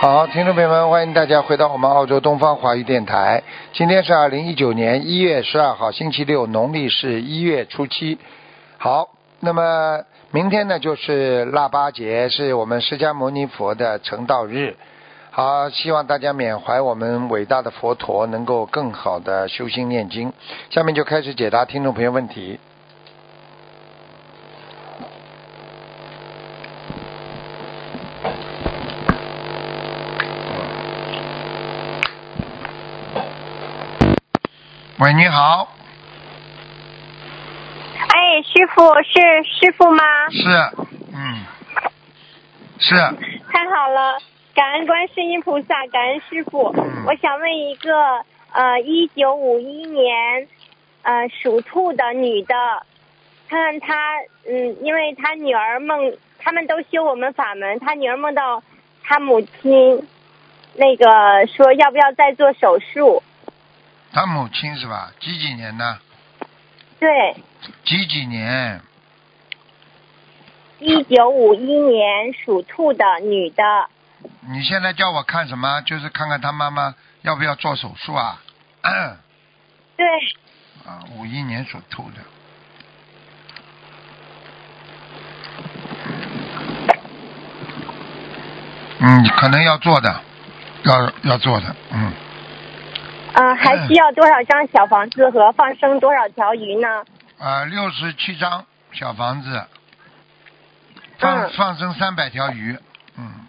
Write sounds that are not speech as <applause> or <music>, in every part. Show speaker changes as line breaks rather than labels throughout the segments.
好，听众朋友们，欢迎大家回到我们澳洲东方华语电台。今天是二零一九年一月十二号，星期六，农历是一月初七。好，那么明天呢就是腊八节，是我们释迦牟尼佛的成道日。好，希望大家缅怀我们伟大的佛陀，能够更好的修心念经。下面就开始解答听众朋友问题。喂，你好，
哎，师傅是师傅吗？
是，嗯，是，
太好了，感恩观世音菩萨，感恩师傅。
嗯
我想问一个，呃，一九五一年，呃，属兔的女的，看看她，嗯，因为她女儿梦，他们都修我们法门，她女儿梦到她母亲，那个说要不要再做手术？
他母亲是吧？几几年呢？
对，
几几年？
一九五一年属兔的女的，
你现在叫我看什么？就是看看他妈妈要不要做手术啊？ <clears throat>
对，
啊，五一年属兔的。嗯，可能要做的，要要做的，嗯，
嗯、还需要多少张小房子和放生多少条鱼呢？
啊，六十七张小房子，放、
嗯
放生三百条鱼，嗯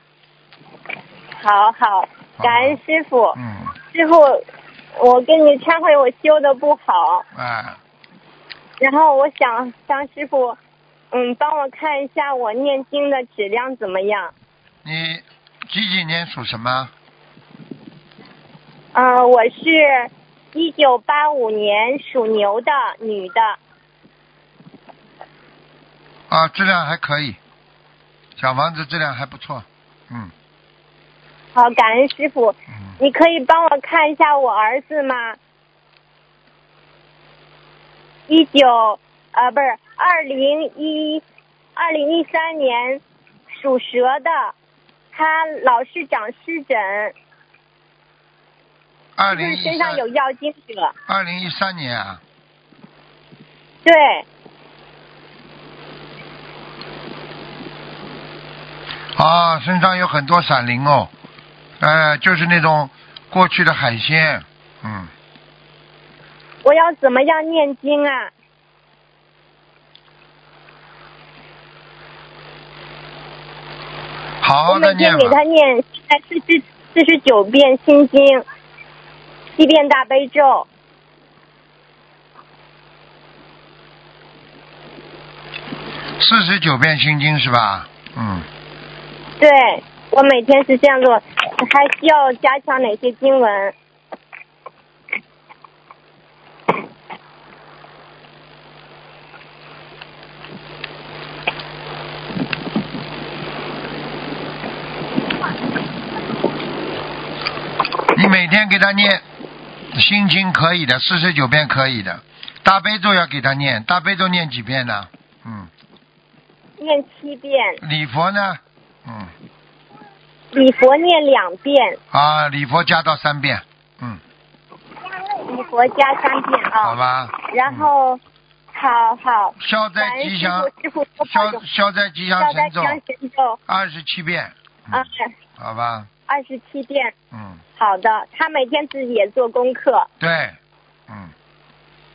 好好，感恩师傅。
嗯，
师傅，我跟你忏悔，我修的不好。
哎，
然后我想让师傅，嗯，帮我看一下我念经的质量怎么样。
你几几年属什么？
嗯、我是一九八五年属牛的女的。
啊，质量还可以，小房子质量还不错，嗯
好，感恩师傅，
嗯。
你可以帮我看一下我儿子吗？一九啊，不是二零一二零一三年属蛇的，他老是长湿疹，
二
就
零
是身
一
上
三
有药精者。
二零一三年啊，
对，
啊，身上有很多闪灵哦，呃，就是那种过去的海鲜，嗯，
我要怎么样念经啊？
好
我
好
每
的念
天给
吧
他，念四十四十九遍心经，七遍大悲咒。
四十九遍心经是吧？嗯，
对，我每天是这样做，还需要加强哪些经文？
你每天给他念心经可以的，四十九遍可以的，大悲咒要给他念，大悲咒念几遍呢？嗯，
念七遍，
礼佛呢？嗯，
礼佛念两遍，
啊，礼佛加到三遍，嗯，
礼佛加三遍
好
啊。
吧，
然后，好好，
消
感
灾
恩
吉
师
祥，
傅，师傅多保
消
重。
消灾吉祥
消灾
神
吉
咒嗯
祥神咒，
二十七遍，
啊，
好吧，
二十七遍，
嗯，
好的。他每天自己也做功课，
对，嗯，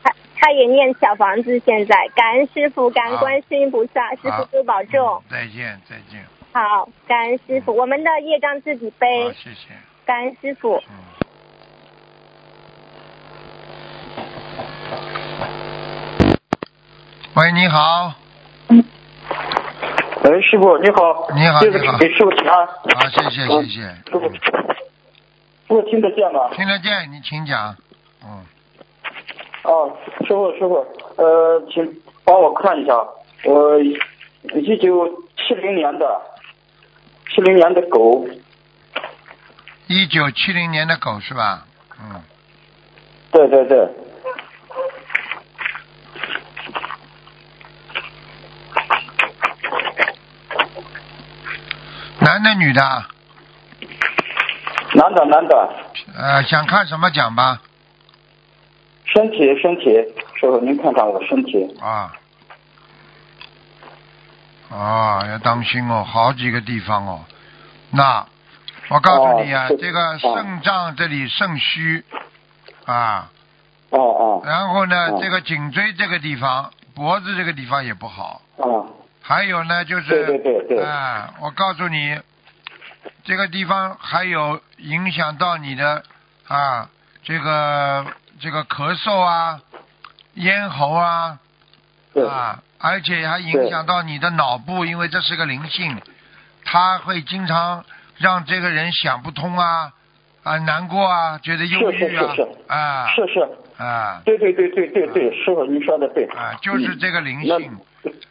他他也念小房子。现在，感恩师傅，感恩
好
观世音菩萨，师
好
傅多保重
嗯。再见，再见，
好，感恩师傅，我们的业障自己
好，
背，
谢谢，
感恩师傅。
嗯。喂，你好，
喂，师傅你好。
你好
这个
你好
给师傅请安。
好，谢谢，谢谢，
师傅，
嗯
师傅听得见吗？
听得见，你请讲，嗯，
哦，师傅，师傅，呃，请帮我看一下，我一九七零年的，七零年的狗，
一九七零年的狗是吧？嗯，
对对对，
啊男的女的？
男的男的，
呃，想看什么讲吧？
身体身体，师傅您看看我身体，
啊，啊，要当心哦，好几个地方哦。那我告诉你啊，
哦是
这个肾脏这里肾虚啊，
哦哦
然后呢，
哦
这个颈椎这个地方、脖子这个地方也不好。
哦，
还有呢，就是
对对对对，
啊，我告诉你，这个地方还有影响到你的啊，这个这个咳嗽啊、咽喉啊
对
啊，而且还影响到你的脑部，因为这是个灵性，它会经常让这个人想不通啊啊，难过啊，觉得忧郁啊
是是是是
啊
是是，
啊
对对对对对对，师傅您说的对，嗯
啊，就是这个灵
那
性。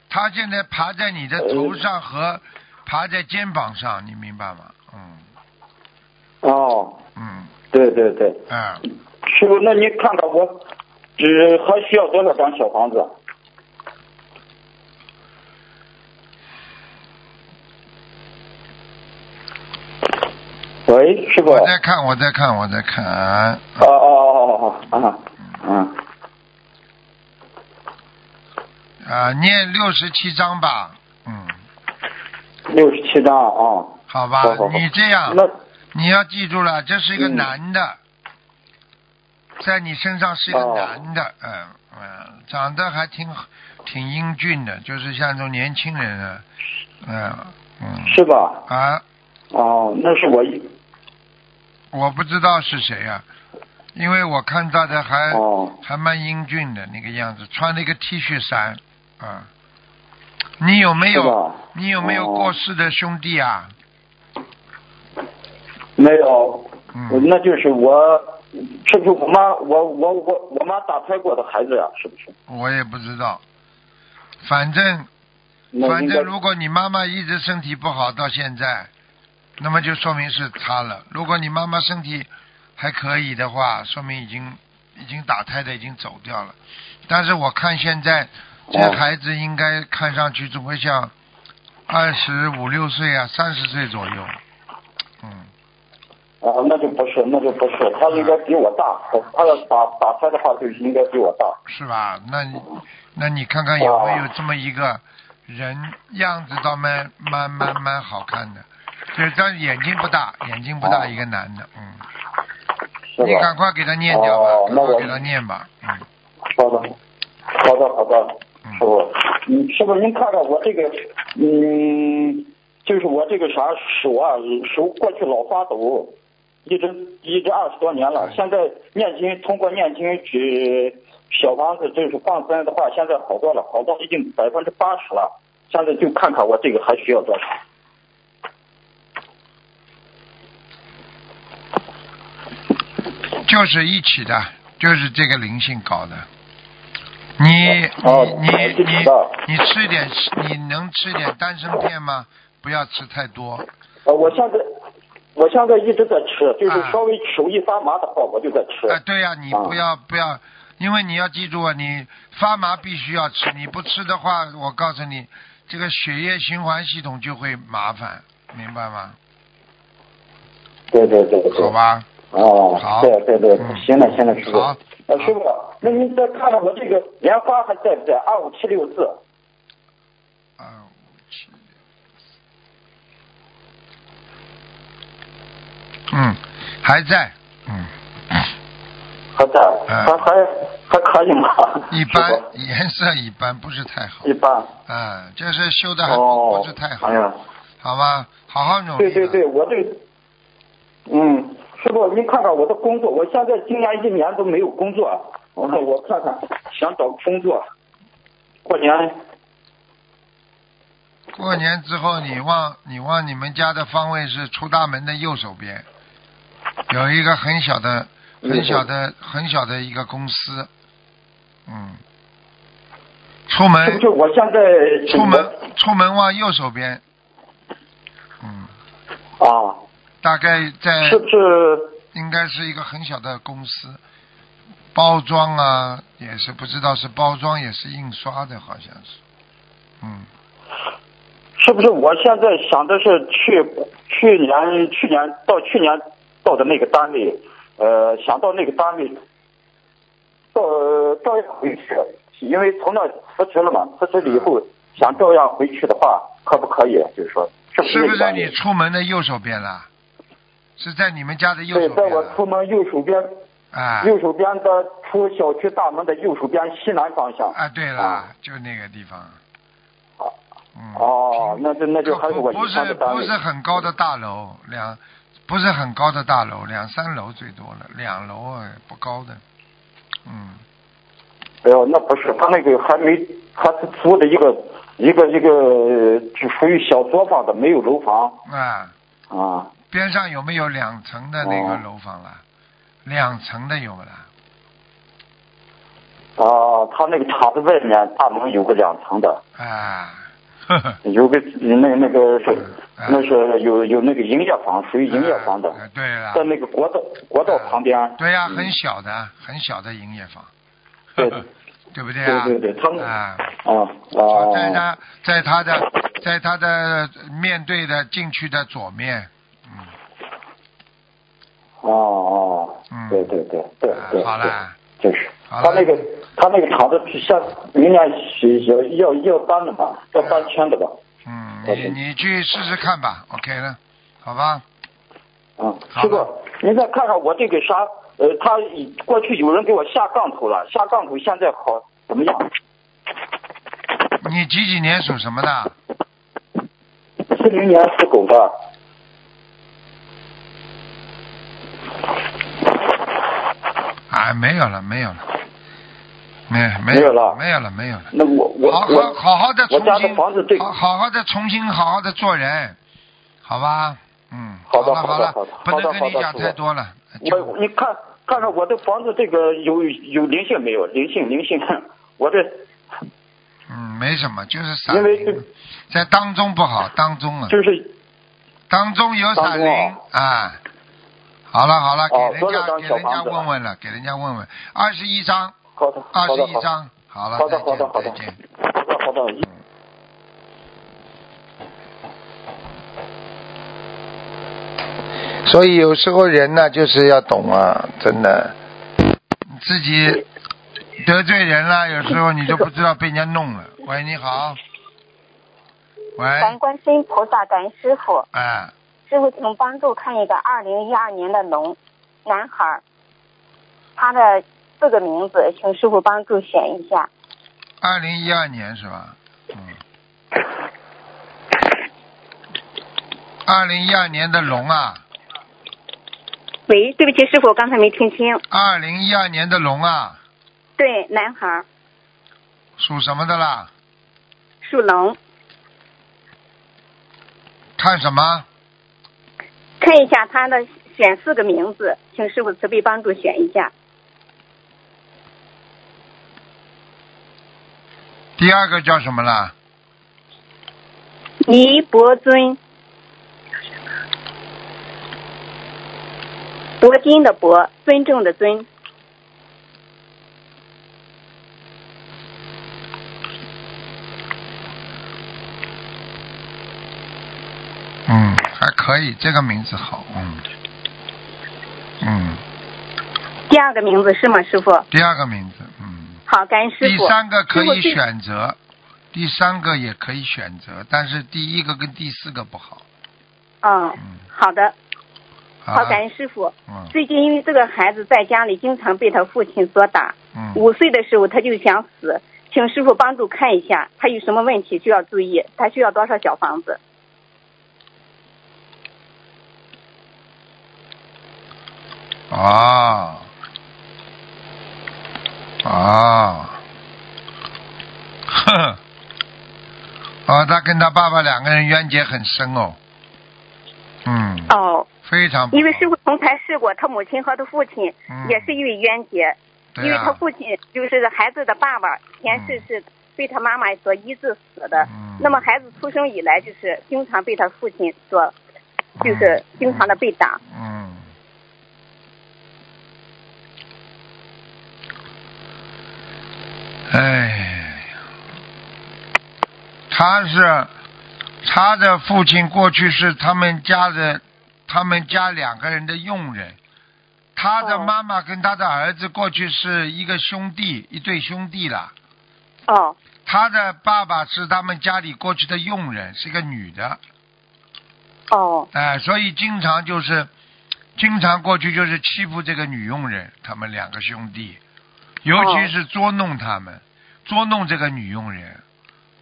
他现在爬在你的头上和爬在肩膀上，你明白吗？嗯
哦，
嗯
对对对，
啊，
师傅，那您看看我，只还需要多少张小房子？啊喂，师傅，
我
哦
在看，我在看，我在看啊，
哦哦哦哦啊啊，
啊念六十七章吧，嗯，
六十七张啊，哦
好吧
好好，好
你这样
那
你要记住了，这是一个
嗯
男的，在你身上是一个
哦
男的，嗯嗯，长得还挺挺英俊的，就是像这种年轻人啊，嗯嗯
是吧？
啊，
哦，那是我一
我不知道是谁啊，因为我看到的还。
哦
还蛮英俊的那个样子，穿了一个 T 恤衫，啊，你有没
是
有
吧？
你有没有
哦
过世的兄弟啊？
没有，
嗯
那就是我，是不是我妈我我我我妈打胎过的孩子呀、是不是？
我也不知道，反正
那
反
应
正
该
如果你妈妈一直身体不好到现在，那么就说明是他了。如果你妈妈身体还可以的话，说明已经已经打胎的已经走掉了。但是我看现在这
哦
孩子应该看上去总会像二十五六岁啊，三十岁左右。嗯，
啊，那就不是，那就不是，他应该比我大，他要打打胎的话就应该比我大。
是吧？那你那你看看有没有这么一个人样子倒蛮蛮蛮蛮好看的，就是他眼睛不大，眼睛不大
哦
一个男的，嗯。
是
你赶
吧？
快给他念掉吧
哦，
赶
那
快
我
给他念吧。嗯
好的，好的，好的，
嗯
师傅，嗯，师傅您看看我这个，嗯，就是我这个啥手啊，手过去老发抖，一直一直二十多年
嗯
了，现在念经通过念经只小房子就是放生的话，现在好多了，好到已经百分之八十了，现在就看看我这个还需要多少。
就是一起的，就是这个灵性搞的。你
哦
你
我
你
就知道
你你吃点，你能吃点丹参片吗？不要吃太多。
呃，我现在我现在一直在吃，就是
啊
稍微手一发麻的话，我就在吃。
啊，对呀、你
啊
不要不要，因为你要记住啊，你发麻必须要吃，你不吃的话，我告诉你，这个血液循环系统就会麻烦，明白吗？
对对对对。
好。吧，
哦，
好
对对对，
嗯
行了行了，师傅。
好
呃，师傅，那您再看看我这个莲花还在不在？二五七六四。
二五七六。嗯，还在，嗯，
还在，
哎
还还还可以吗？
<laughs> 一
师
般
傅
颜色一般，不是太好
一，般。
嗯，就是修的还不,、
哦
不是太。好
哎，呀，
好吧，好好努力
对
了。
对对，我这个，嗯，师傅，您看看我的工作，我现在今年一年都没有工作，我说我看看想找工作，过年。
过年之后，你往你往你们家的方位是出大门的右手边，有一个很小的、很小的、很小的一个公司，嗯，出
是不
门
是我现在
哎出门出门往右手边，嗯，
啊？
大概在
是不是
应该是一个很小的公司，包装啊也是不知道是包装也是印刷的，好像是，嗯，
是不是我现在想的是去去年去年到去年到的那个单位，呃，想到那个单位，照照样回去，因为从那辞职了嘛，辞职了以
嗯
后想照样回去的话，可不可以？就是说，是不
是不
那个
是
单位
你出门的右手边了？是在你们家的右
对
手，
在
边啊
我出
了。
门右手边，
啊
右手边的出小区大门的右手边西南方向。
啊，对了
啊，
就那个地方。嗯。
哦，那就那就还是
不
我
不
以前
是
的单
不
位
是。很高的大楼，两不是很高的大楼，两三楼最多了，两楼啊不高的，嗯，
哎呦，那不是，他那个还没，他是租的一个一个一个，呃只属于小作坊的，没有楼房
啊，
啊。
边上有没有两层的那个
哦
楼房啦？两层的有啦，
啊，他那个厂子外面大门有个两层的，
啊，呵呵，
有个那那个是
嗯
那是有有那个营业房，属于 <laughs> 营业房的，
啊 <laughs> 对了，
在那个国道
哎
国道旁边。
对呀、
嗯
很小的，很小的营业房，
对
<laughs> 对不对啊？
对对对，他们
啊
啊。啊
在他在他的在他的面对的进去的左面，嗯
哦哦，
嗯，
对对对对
啊
对，
好啦，
对，就是
好
他
了
那个他那个厂子是下明年要要要搬的吧，要搬迁的吧，
嗯，
好
你
的
你去试试看吧，OK 了，好吧？
嗯，
好
师
的
傅，您再看看我这个啥，呃，他以过去有人给我下杠头了，下杠头现在好怎么样？
你几几年属什么的？
四零年属狗的，
啊，没有了，没有了，没没
没有了
没有了，没有了。
那我我
好好
我
好好的重
我家
新，
的房子对
好好好的重新好好的做人，好吧？嗯，
好的
了好
好的
了
好的，
不
好的
能跟你
好的
讲
师
太
傅
多了，
我
就
你看看看我的房子这个有有灵性没有？灵性灵性，我这
嗯没什么，就是闪
因为
灵，在当中不好，当中啊，
就是
当中有
当
闪
中
灵啊。好了好了，给
哦
人
多少
家
张
给
小
人家
房子啊
问问了，给人家问问，二十一张。
好的
二
好
十
的
一张，好了，
好
再
的好
见
的好的
再见。
好的好的。
所以有时候人呢，就是要懂啊，真的，自己得罪人了，有时候你就不知道被人家弄了。喂，你好，
感恩
喂，
观世音菩萨，感恩师傅。
哎，
师傅，请帮助看一个二零一二年的龙男孩儿，他的四个名字，请师傅帮助选一下。
二零一二年是吧？嗯，二零一二年的龙啊，
喂，对不起，师傅，我刚才没听清。
二零一二年的龙啊，
对，男孩儿
属什么的啦？
属龙，
看什么？
看一下他的选四个名字，请师傅慈悲帮助选一下。
第二个叫什么啦？
倪伯尊，铂金的铂，尊重的尊，
嗯，还可以，这个名字好，嗯，嗯，
第二个名字是吗，师傅？
第二个名字，嗯，
好，感恩师
第
傅。
三个可
师
以
傅这
选择，第三个也可以选择，但是第一个跟第四个不好，
嗯
嗯，
好的，
好
好，
了，
感恩师傅。
嗯
最近因为这个孩子在家里经常被他父亲所打，
嗯，
五岁的时候他就想死，请师傅帮助看一下他有什么问题需要注意，他需要多少小房子？
哦，哦， <laughs> 呵呵，哦，他跟他爸爸两个人冤结很深哦，嗯，
哦，
非常不好，
因为师傅从台试过，他母亲和他父亲
嗯
也是因为冤结，
对啊
因为
呀
他父亲就是孩子的爸爸，前世
嗯
是被他妈妈所医治死的，
嗯
那么孩子出生以来就是经常被他父亲所，就是经常的被打。
嗯，哎，他是他的父亲过去是他们家的他们家两个人的佣人。他的
哦
妈妈跟他的儿子过去是一个兄弟，一对兄弟啦。
哦
他的爸爸是他们家里过去的佣人，是一个女的，
哦
哎、所以经常就是，经常过去就是欺负这个女佣人，他们两个兄弟，尤
哦
其是捉弄他们，捉弄这个女佣人，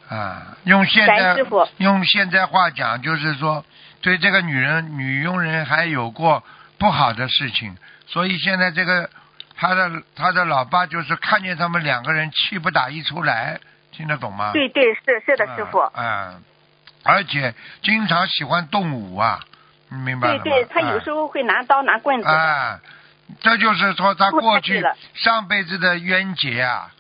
啊，用现
白
在
师傅
用现在话讲就是说，对这个女人女佣人还有过不好的事情，所以现在这个他的他的老爸就是看见他们两个人气不打一处来，听得懂吗？
对对是是的师傅，
啊、嗯而且经常喜欢动武啊，你明白了
对
吗？哎
对他有时候会拿刀拿棍子，
啊、嗯这就是说他过
不太对
去
了
上辈子的冤结啊，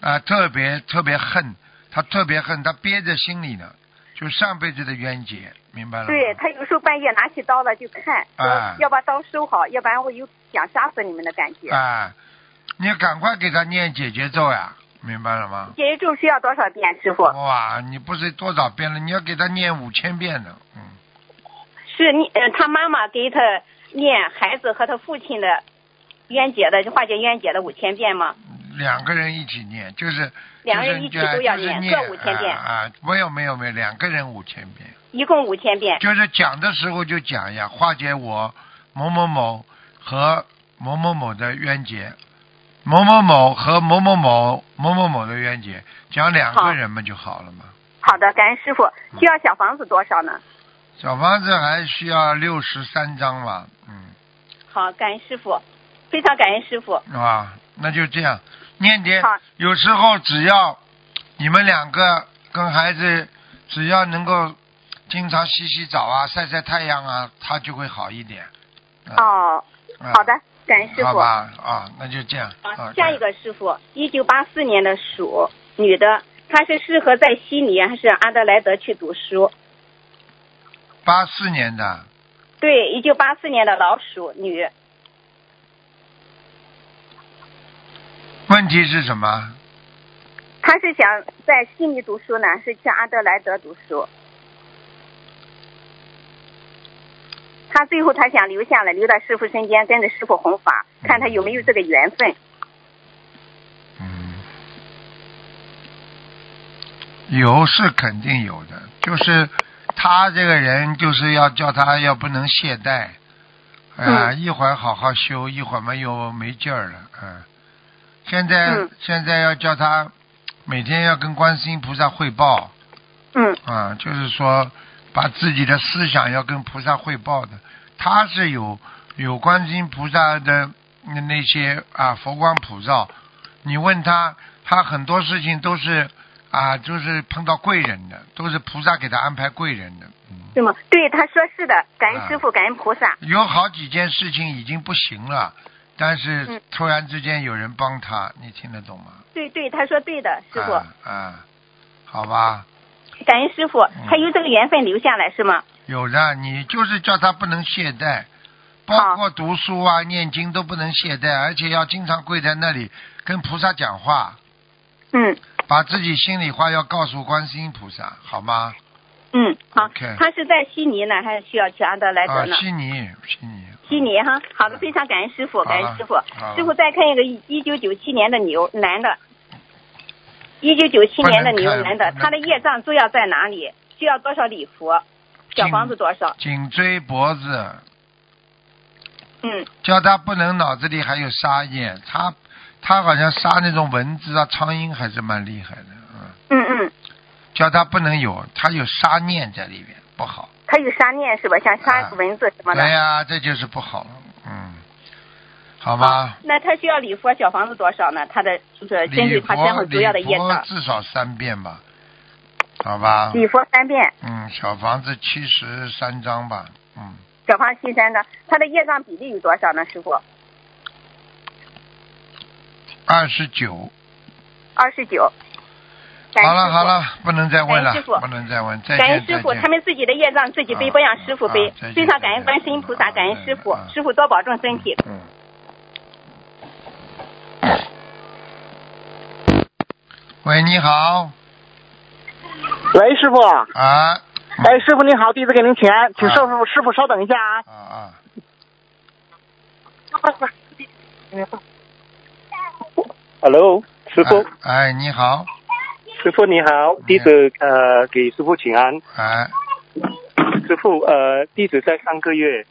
啊、特别特别恨，他特别恨，他憋在心里呢，就上辈子的冤结，明白了吗？
对他有时候半夜拿起刀了就看，
啊
说要把刀收好，要不然我有想杀死你们的感觉。
啊、你赶快给他念解结咒呀、明白了吗？
解结咒需要多少遍，师傅？
哇，你不是多少遍了？你要给他念五千遍呢，嗯。
是你呃，他妈妈给他念孩子和他父亲的冤结的化解冤结的五千遍吗？
两个人一起念，就是
两个人一起都要
就
念
是就是
各五千遍
啊啊！没有没有没有，两个人五千遍，
一共五千遍。
就是讲的时候就讲呀，化解我某某某和某某某的冤结，某某某和某某某某某某的冤结，讲两个人嘛就好了嘛。
好的，感恩师傅。
嗯
需要小房子多少呢？
小房子还需要六十三章吧，嗯，
好，感恩师傅，非常感恩师傅。
啊，那就这样念点
好，
有时候只要你们两个跟孩子只要能够经常洗洗澡啊、晒晒太阳啊，他就会好一点。嗯、
哦，
嗯
好的，感恩哎师
好
傅。
吧，啊，那就这样。
好
啊，
下一个师傅，一九八四年的鼠女的，她是适合在悉尼还是阿德莱德去读书？
八四年的，
对，一九八四年的老鼠女，
问题是什么？
她是想在悉尼读书呢，还是去阿德莱德读书？她最后她想留下来，留到师傅身边，跟着师傅弘法，看她有没有这个缘分。
嗯，有是肯定有的，就是他这个人就是要叫他要不能懈怠，啊、一会儿好好修，一会儿嘛又没劲儿了，嗯、现在、
嗯
现在要叫他每天要跟观世音菩萨汇报，
嗯，
啊、就是说把自己的思想要跟菩萨汇报的，他是有有观世音菩萨的那那些啊佛光普照，你问他，他很多事情都是啊，就是碰到贵人的，都是菩萨给他安排贵人的，嗯。
是吗？对，她说是的，感恩
啊
师傅，感恩菩萨。
有好几件事情已经不行了，但是
嗯
突然之间有人帮他，你听得懂吗？
对对，她说对的，师傅。
啊啊，好吧，
感恩师傅，
嗯
他有这个缘分留下来是吗？
有的，你就是叫他不能懈怠，包括读书啊、念经都不能懈怠，而且要经常跪在那里跟菩萨讲话，
嗯
把自己心里话要告诉观世音菩萨，好吗？
嗯，好
OK
他是在悉尼呢，还是需要去阿德莱
啊
德，呢？
悉尼，悉尼，
悉尼哈，好的，非常感恩师
好
傅，
了
感恩师傅
好了。
师傅再看一个一九九七年的牛男的，一九九七年的牛男
不能
的，
看
他的业障主要在哪里？需要多少礼佛？小房子多少？
颈椎脖子，
嗯，
叫他不能脑子里还有沙叶，他他好像杀那种蚊子啊、苍蝇还是蛮厉害的，嗯，
嗯嗯，
叫他不能有，他有杀念在里面，不好。
他有杀念是吧？像杀
啊
蚊子什么
对
的。
呀、这就是不好了，嗯，好
好
吗？
那他需要礼佛小房子多少呢？他的就是针
礼
对他身
佛
上主要的
礼
业
佛
障，
至少三遍吧，好吧？
礼佛三遍。
嗯，小房子七十三张吧，嗯，
小胖西山的，他的业障比例有多少呢？师傅，
二十九。
二十九。感
好
恩
了
师
好
傅，
了，不能再问了
感恩师傅，
不能再问，再见
感恩师傅，
再见
他们自己的业障自己背，不让师傅
啊
背
再见。
非常
再
感
见
恩观世音菩萨，感恩师傅
啊，
师傅多保重身体。
嗯。
<coughs>
喂，你好，
喂，师傅，
啊，
哎，师傅您好，弟子给您请安，请师傅师傅稍等一下啊。
啊啊，
Hello，师傅，
哎，哎你好，
师傅啊你好，弟子呃给师傅请安。
哎，
师傅呃，弟子在上个月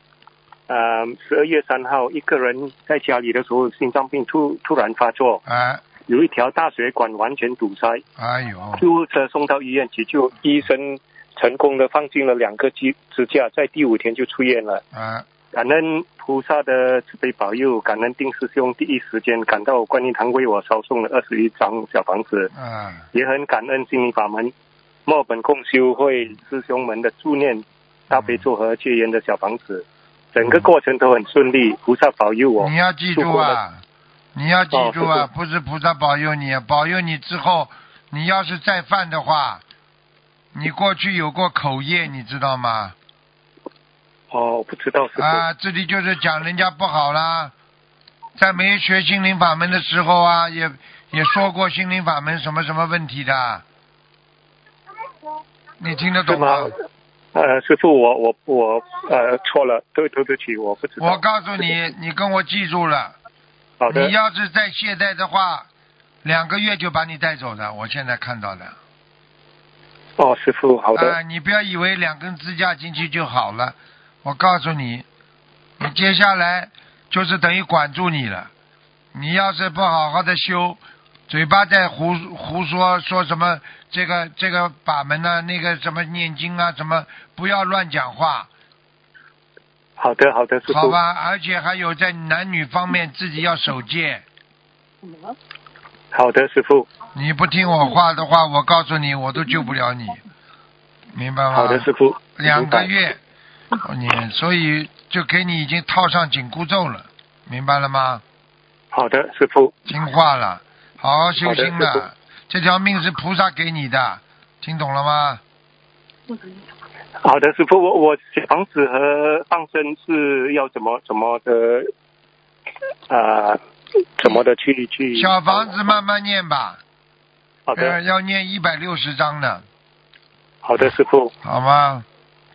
呃十二月三号一个人在家里的时候，心脏病突突然发作，
哎，
有一条大血管完全堵塞，
哎呦，
救护车送到医院急救，医生成功的放进了两个支支架，在第五天就出院了。
哎，
感恩菩萨的慈悲保佑，感恩丁师兄第一时间赶到观音堂为我烧送了二十一张小房子，
哎，
也很感恩心灵法门墨本共修会师兄们的助念，大悲咒和戒烟的小房子，整个过程都很顺利，菩萨保佑我
嗯你。要记住啊，你要记住啊，
哦
不是菩萨保佑你，啊保佑你之后，你要是再犯的话，你过去有过口业，你知道吗？
哦，我不知道师傅。
啊，这里就是讲人家不好啦，在没学心灵法门的时候啊，也也说过心灵法门什么什么问题的，你听得
是
懂
吗
吗？？
呃，师傅，我我我呃错了，对对不起，我不知道。
我告诉你，你跟我记住了，
好的
你，要是再懈怠的话，两个月就把你带走的。我现在看到的，啊、
哦，师傅，好的，
你不要以为两根支架进去就好了，我告诉你，你接下来就是等于管住你了。你要是不好好的修，嘴巴在胡胡说说什么这个这个把门啊，那个什么念经啊，什么不要乱讲话，
好的，好的，师
好
傅，
吧？而且还有在男女方面自己要守戒。
好的，师傅，
你不听我话的话，我告诉你，我都救不了你，明白吗？
好的，师傅，
啊两个
明
月，你所以就给你已经套上紧箍咒了，明白了吗？
白，好的，师傅，
听话了，好好修心
好的师
了。这条命是菩萨给你的，听懂了吗？
好的，师傅，我我小房子和放生是要怎么怎么的，啊、怎么的去去？
小房子？慢慢念吧，
好
呃，
的，
要念一百六十章呢，
好的，师傅，
好吗？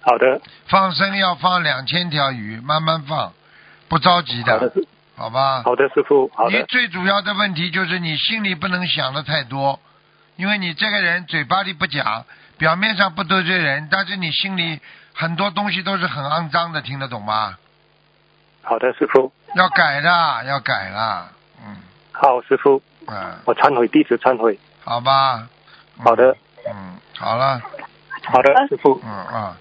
好的，
放生要放两千条鱼，慢慢放，不着急
好的
的，，好吧？
好的，师傅，好
你
的，
最主要的问题就是你心里不能想的太多，因为你这个人嘴巴里不讲，表面上不得罪人，但是你心里很多东西都是很肮脏的，听得懂吗？
好的，师傅，
要改
<laughs>
的，要改了，嗯
好，师傅，
嗯，
我忏悔，弟子忏悔，
好吧，
好的，
嗯，好了，
好的，师傅，
嗯啊，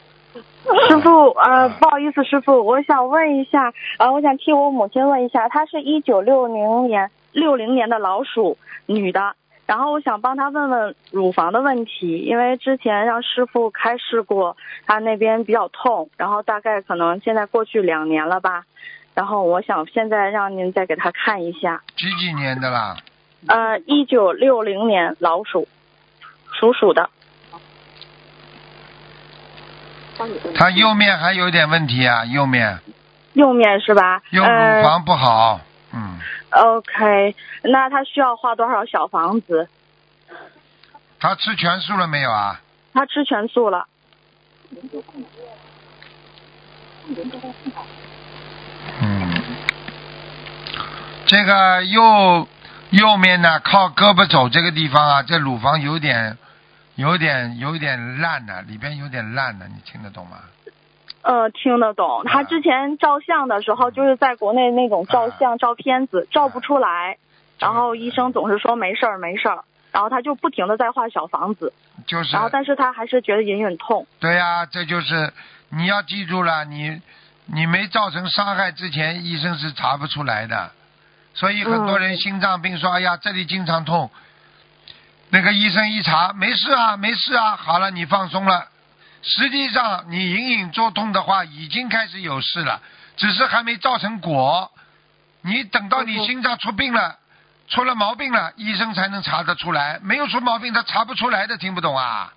师傅，呃，不好意思，师傅，我想问一下，呃，我想替我母亲问一下，她是一九六零年六零年的老鼠，女的。然后我想帮她问问乳房的问题，因为之前让师傅开示过，她那边比较痛，然后大概可能现在过去两年了吧。然后我想现在让您再给她看一下，
几几年的啦？
呃，一九六零年老鼠，属鼠的，
他右面还有点问题啊，右面
右面是吧？
右
呃
乳房不好，嗯，
OK，那他需要画多少小房子？
他吃全素了没有啊？
他吃全素了，
嗯，这个右右面呢，靠胳膊肘这个地方啊，这乳房有点、有点、有点烂的、里边有点烂的，你听得懂吗？
呃，听得
啊
懂。他之前照相的时候，就是在国内那种照相照片
啊
子，照不出来，然后医生总是说没事儿没事儿，然后他就不停的在画小房子，
就是
然，后但是他还是觉得隐隐痛。
对呀、这就是你要记住了，你你没造成伤害之前，医生是查不出来的，所以很多人心脏病说，哎呀，这里经常痛，那个医生一查，没事啊，没事啊，好了，你放松了。实际上，你隐隐作痛的话，已经开始有事了，只是还没造成果。你等到你心脏出病了，出了毛病了，医生才能查得出来。没有出毛病，他查不出来的，听不懂啊？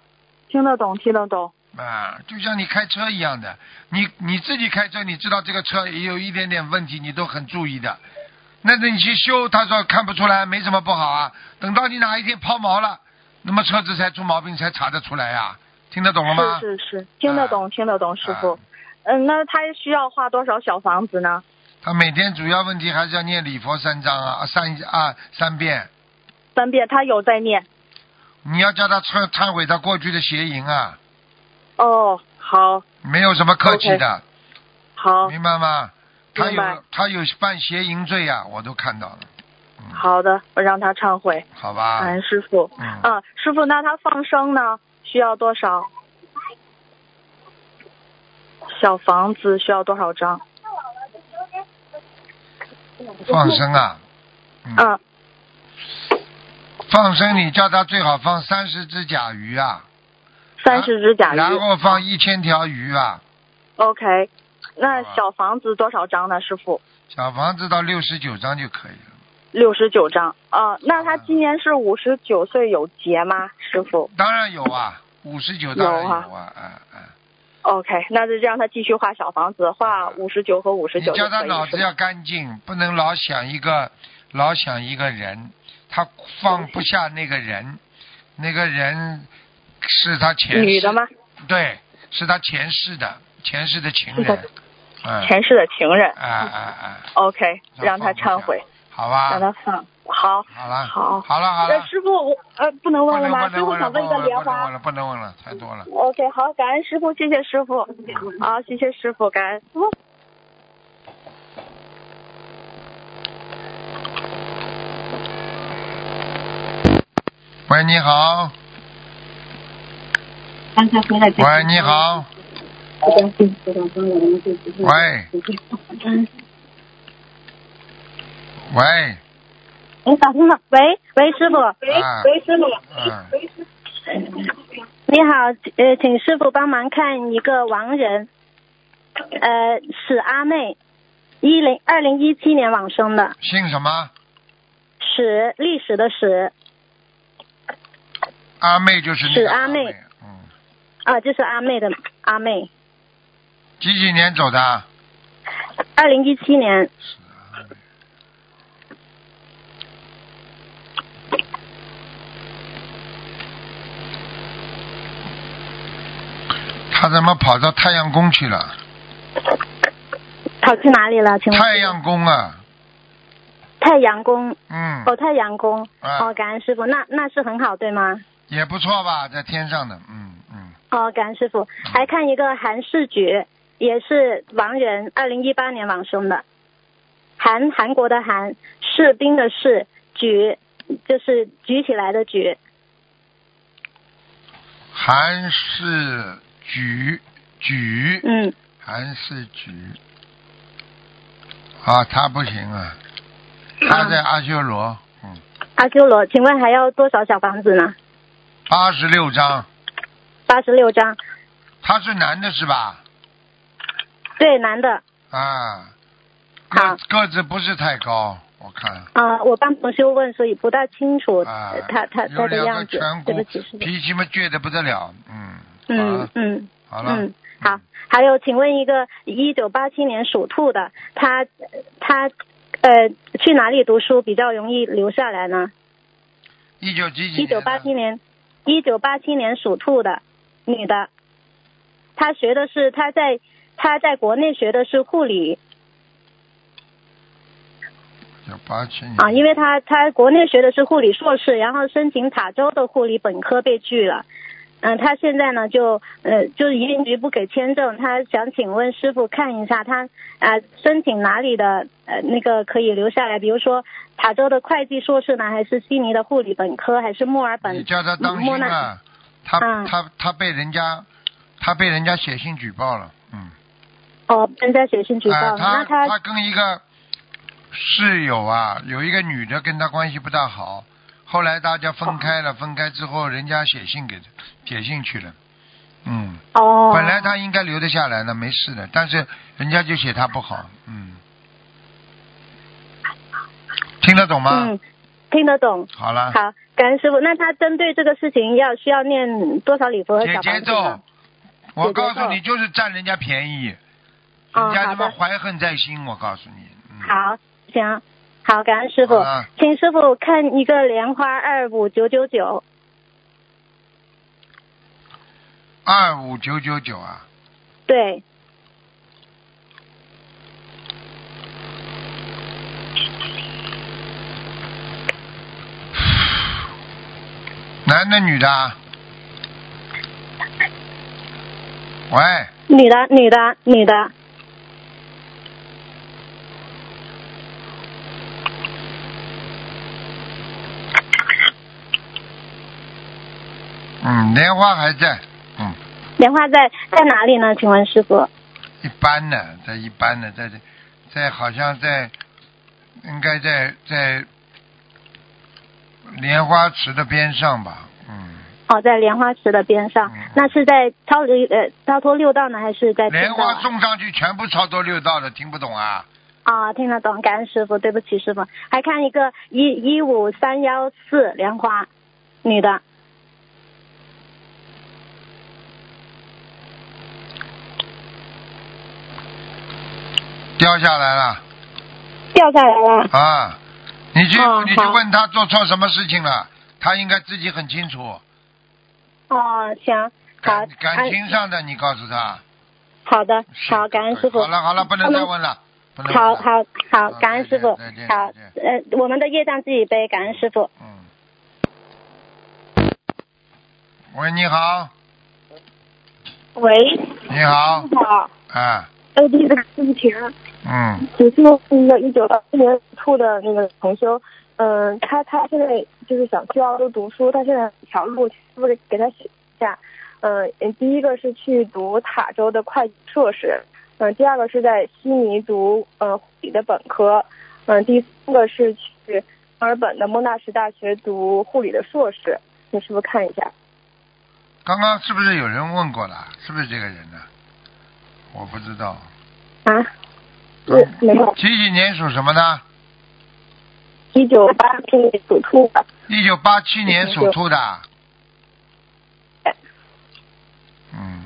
听得懂，听得懂。
啊，就像你开车一样的，你你自己开车，你知道这个车也有一点点问题，你都很注意的。那那你去修，他说看不出来，没什么不好啊。等到你哪一天抛锚了，那么车子才出毛病，才查得出来呀、听得懂了吗？啊
是是是，听得懂，听得懂，师傅。嗯，那他需要画多少小房子呢？
他每天主要问题还是要念礼佛三章啊，啊三啊三遍。
三遍，他有在念。
你要叫他忏忏悔他过去的邪淫啊，
哦，好，
没有什么客气的
好，
明白吗？他
明白
有他有犯邪淫罪啊，我都看到了，嗯
好的，我让他忏悔。
好吧？
感恩师傅。
嗯
嗯，师傅，那他放生呢？需要多少？小房子需要多少张？
放生啊，嗯
嗯，
放生你叫他最好放三十只甲鱼啊，
三十只甲鱼。
然后放一千条鱼啊，
OK，那
好吧
小房子多少张呢，师傅？
小房子到六十九章就可以了。
六十九张啊、那他今年是五十九岁有劫吗，师傅
当然有啊，五十九当然有
有啊
啊，啊啊！
？OK，那就让他继续画小房子，画五十九和五十
你
九就
叫他
可以
脑
了。
子
是
要
吧
干净，不能老想一个老想一个人，他放不下那个人，那个人是他前世
女的吗？？
对，是他前世的前世的情
是
人
他，
嗯，
前世的情人。
啊啊啊，
OK，
那
让
放
他
不下
忏悔，
好
让
吧，
他放。好，
好了，
好
好了好
呃，
了，
师傅，我呃不能
不
问
能
了吗？
不
师
能
傅
问了，
想
不
问
能
一
问
个
了，不能
莲花
问。了，不能问了，太多了。嗯
OK，好，感恩师傅，谢谢师傅，好，谢谢师傅，感恩。
喂，你好，
刚才回来就
喂，你好，喂喂，
哎，打通了，喂喂，师傅，
啊
喂师傅，
嗯，
你好，呃，请师傅帮忙看一个亡人，呃，史阿妹，一零二零一七年往生的，
姓什么？
史历史的史
阿妹就是那个
是阿妹
妹，嗯，
啊，就是阿妹的阿妹，
几几年走的？
二零一七年，
是阿妹。他怎么跑到太阳宫去了？
跑去哪里了？请问
太阳宫啊，
太阳宫
嗯，
哦，太阳宫
啊
哦，感恩师傅，那那是很好，对吗？
也不错吧，在天上的，嗯嗯，
哦，感恩师傅，还看一个韩世举，也是亡人，二零一八年往生的，韩韩国的韩，士兵的士，举就是举起来的举，
韩氏举举，
嗯，
韩氏举，啊，他不行啊，他在阿修罗，嗯，
阿修罗，请问还要多少小房子呢？
八十六章，
八十六张，
他是男的是吧？
对，男的，
啊，
好
个个子不是太高，我看，
啊、我帮同修问，所以不大清楚
啊
呃，他他
有
他的
两个
样子
颧，
对不
骨
起，师，傅，
脾气嘛倔得不得了，嗯，好
嗯
了，
嗯。
好了
嗯，，好。还有，请问一个一九八七年属兔的，他他呃去哪里读书比较容易留下来呢？
一九几几
一
年的？
九八七年，一九八七年属兔的女的，她学的是她在她在国内学的是护理
一九八七年
啊，因为她她国内学的是护理硕士，然后申请塔州的护理本科被拒了。嗯、她现在呢就呃就是移民局不给签证，她想请问师傅看一下她啊、申请哪里的呃那个可以留下来，比如说塔州的会计硕士呢，还是悉尼的护理本科，还是墨尔
你
本
叫他当心
莫奈
啊，他
嗯
他他被人家他被人家写信举报了，嗯，
哦被人家写信举报？
啊，
那
他
她
跟一个室友啊，有一个女的跟他关系不大好，后来大家分开
哦
了，分开之后人家写信给他写信去了，嗯，
哦
本来他应该留得下来的，没事的，但是人家就写他不好，嗯，听得懂吗？
嗯听得懂。
好了，
好，感恩师傅。那他针对这个事情要需要念多少礼佛和
姐
小
姐
房子
咒
呢？，
我
姐姐
告诉
咒
你，就是占人家便宜，人
哦
家他
好
妈
的
怀恨在心，我告诉你。嗯、
好，行，好，感恩师傅
好了，
请师傅看一个莲花二五九九九，
二五九九九啊，
对，
男的女的啊？喂，
女的，女的，女的，
嗯，莲花还在，嗯，
莲花在在哪里呢？请问师傅？
一般呢，在一般呢，在这，在好像在，应该在在莲花池的边上吧，嗯，
哦，在莲花池的边上
嗯，
那是在超离呃超脱六道呢，还是在
莲
天道
花
啊
种上去全部超多六道的，听不懂啊？
啊？听得懂，感恩师傅，对不起师傅。还看一个一一五三幺四莲花，女的，
掉下来了
掉下来了。
啊！你去、
哦
你去
好
问他做错什么事情了，他应该自己很清楚。
哦，行，好
感，感情上的，你告诉他。
好的，
是
好，感恩师傅嗯
好。了好了，不能再问了，不能
好
问了。
好好，
嗯
感恩师傅。
再见
好
再，
呃，我们的业障自己背，感恩师傅。
嗯。喂，你好，
喂，
你好，
好，
啊，
哎，弟子对不起啊，
嗯，
只是那个一九二四年处的那个同修，嗯、他他现在就是想去澳洲读书，他现在有一条路，是不是给他选一下？嗯、呃，第一个是去读塔州的会计硕士，嗯、第二个是在悉尼读呃护理的本科，嗯、第三个是去墨尔本的莫纳什大学读护理的硕士，你是不是看一下？
刚刚是不是有人问过了？是不是这个人呢？我不知道，
啊？是
嗯
没有，
几几年属什么呢？
一九八七年属兔的。
一九八七年属兔的。
对 <coughs>
嗯。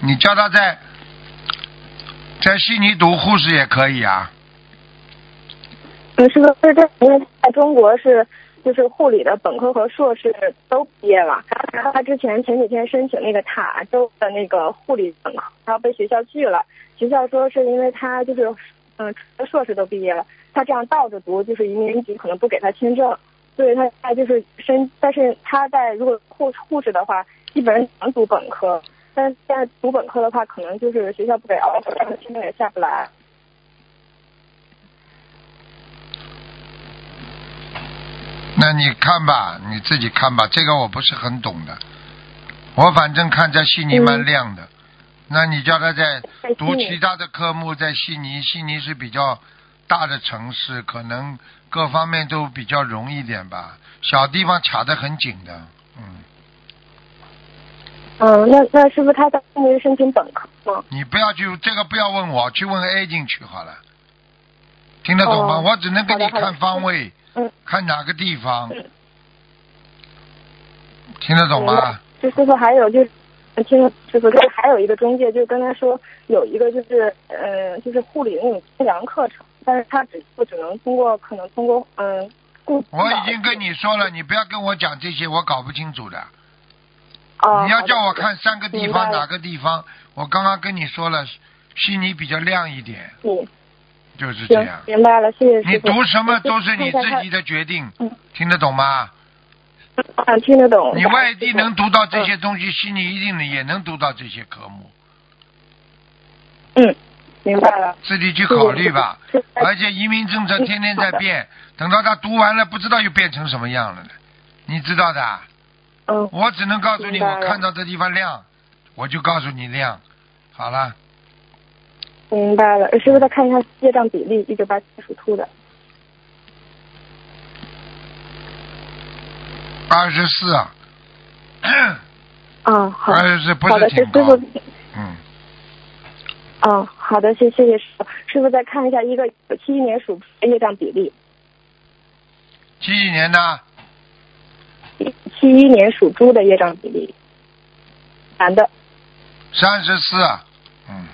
你叫他在在悉尼读护士也可以啊。
嗯，是的，是这，因为在中国是就是护理的本科和硕士都毕业了，然后他之前前几天申请那个塔州的那个护理本科，然后被学校拒了，学校说是因为他就是嗯硕士都毕业了，他这样倒着读就是移民局可能不给他签证，所以他在就是申，但是他在如果护护士的话，基本上能读本科，但是现在读本科的话，可能就是学校不给 offer，他签证也下不来。
那你看吧，你自己看吧，这个我不是很懂的。我反正看在悉尼蛮亮的，那你叫他在
在悉
读
尼
其他的科目，在悉尼，悉尼是比较大的城市，可能各方面都比较容易一点吧。小地方卡得很紧的，嗯，
嗯，那那是不是他在悉尼申请本科吗？
你不要去这个不要问我，去问 A 进去好了。听得懂吗？
哦
我只能给你
好的好的
看方位，
嗯
看哪个地方，
嗯
听得懂吗？
明白嗯就师傅还有就是，我听师傅就是还有一个中介，就跟他说有一个就是呃，就是护理的那种测量课程，但是他只不只能通过可能通过嗯、呃雇主
我
导
已经跟你说了，你不要跟我讲这些，我搞不清楚的。
哦，
你要
好的
叫我看三个地
明
方
白了
哪个地方，我刚刚跟你说了，悉尼比较亮一点，
嗯
就是这
行
样，。
明白了，谢谢
你
师傅。
读什么都是你
看一下
自己的决定
嗯，
听得懂吗？
啊，听得懂。
你外地能读到这
嗯
些东西，悉尼一定也能读到这些科目，
嗯，明白了。
自己去考虑吧。
谢谢师
而且移民政策天天在变，等到他读完了，不知道又变成什么样了呢？你知道的。啊
傅。嗯，
我只能告诉你，
明白
我
了
看到这地方亮，我就告诉你亮。好了，
明白了。师傅再看一下业障比例，一九八七属兔的。
二十四，
啊，好。
二十四哎不
好
是
的，是
挺
师
高
傅。。
嗯，
哦，好的，谢谢谢师傅。师傅再看一下一个七一年属业障比例，
几几年的？
七一年属猪的业障比例，男的
三十四。嗯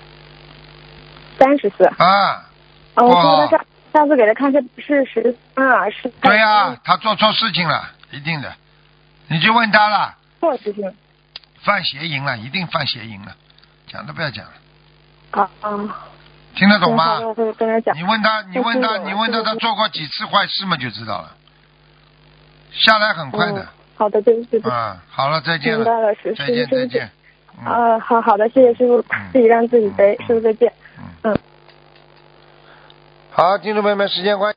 三十四。
啊，
哦，
哇
说他上上次给他看是是十三啊，是。
对呀、他做错事情了，一定的，你就问他了，
啊
错就是
犯邪淫了，一定犯邪淫了，讲都不要讲了，
啊啊，
听得懂吗？
我会跟他讲
你。问他，你问他，
听懂了
你问他，
听懂了
他做过几次坏事嘛，就知道了。下来很快的
嗯，好的，对不起，对不起，
啊，好了，再见
明
了，
白了，呃是
再
是
见，再
是
见
是。，
嗯
啊，好好的，谢谢师傅，自己让自己背，师傅再见。
嗯，好，听众朋友们，时间关。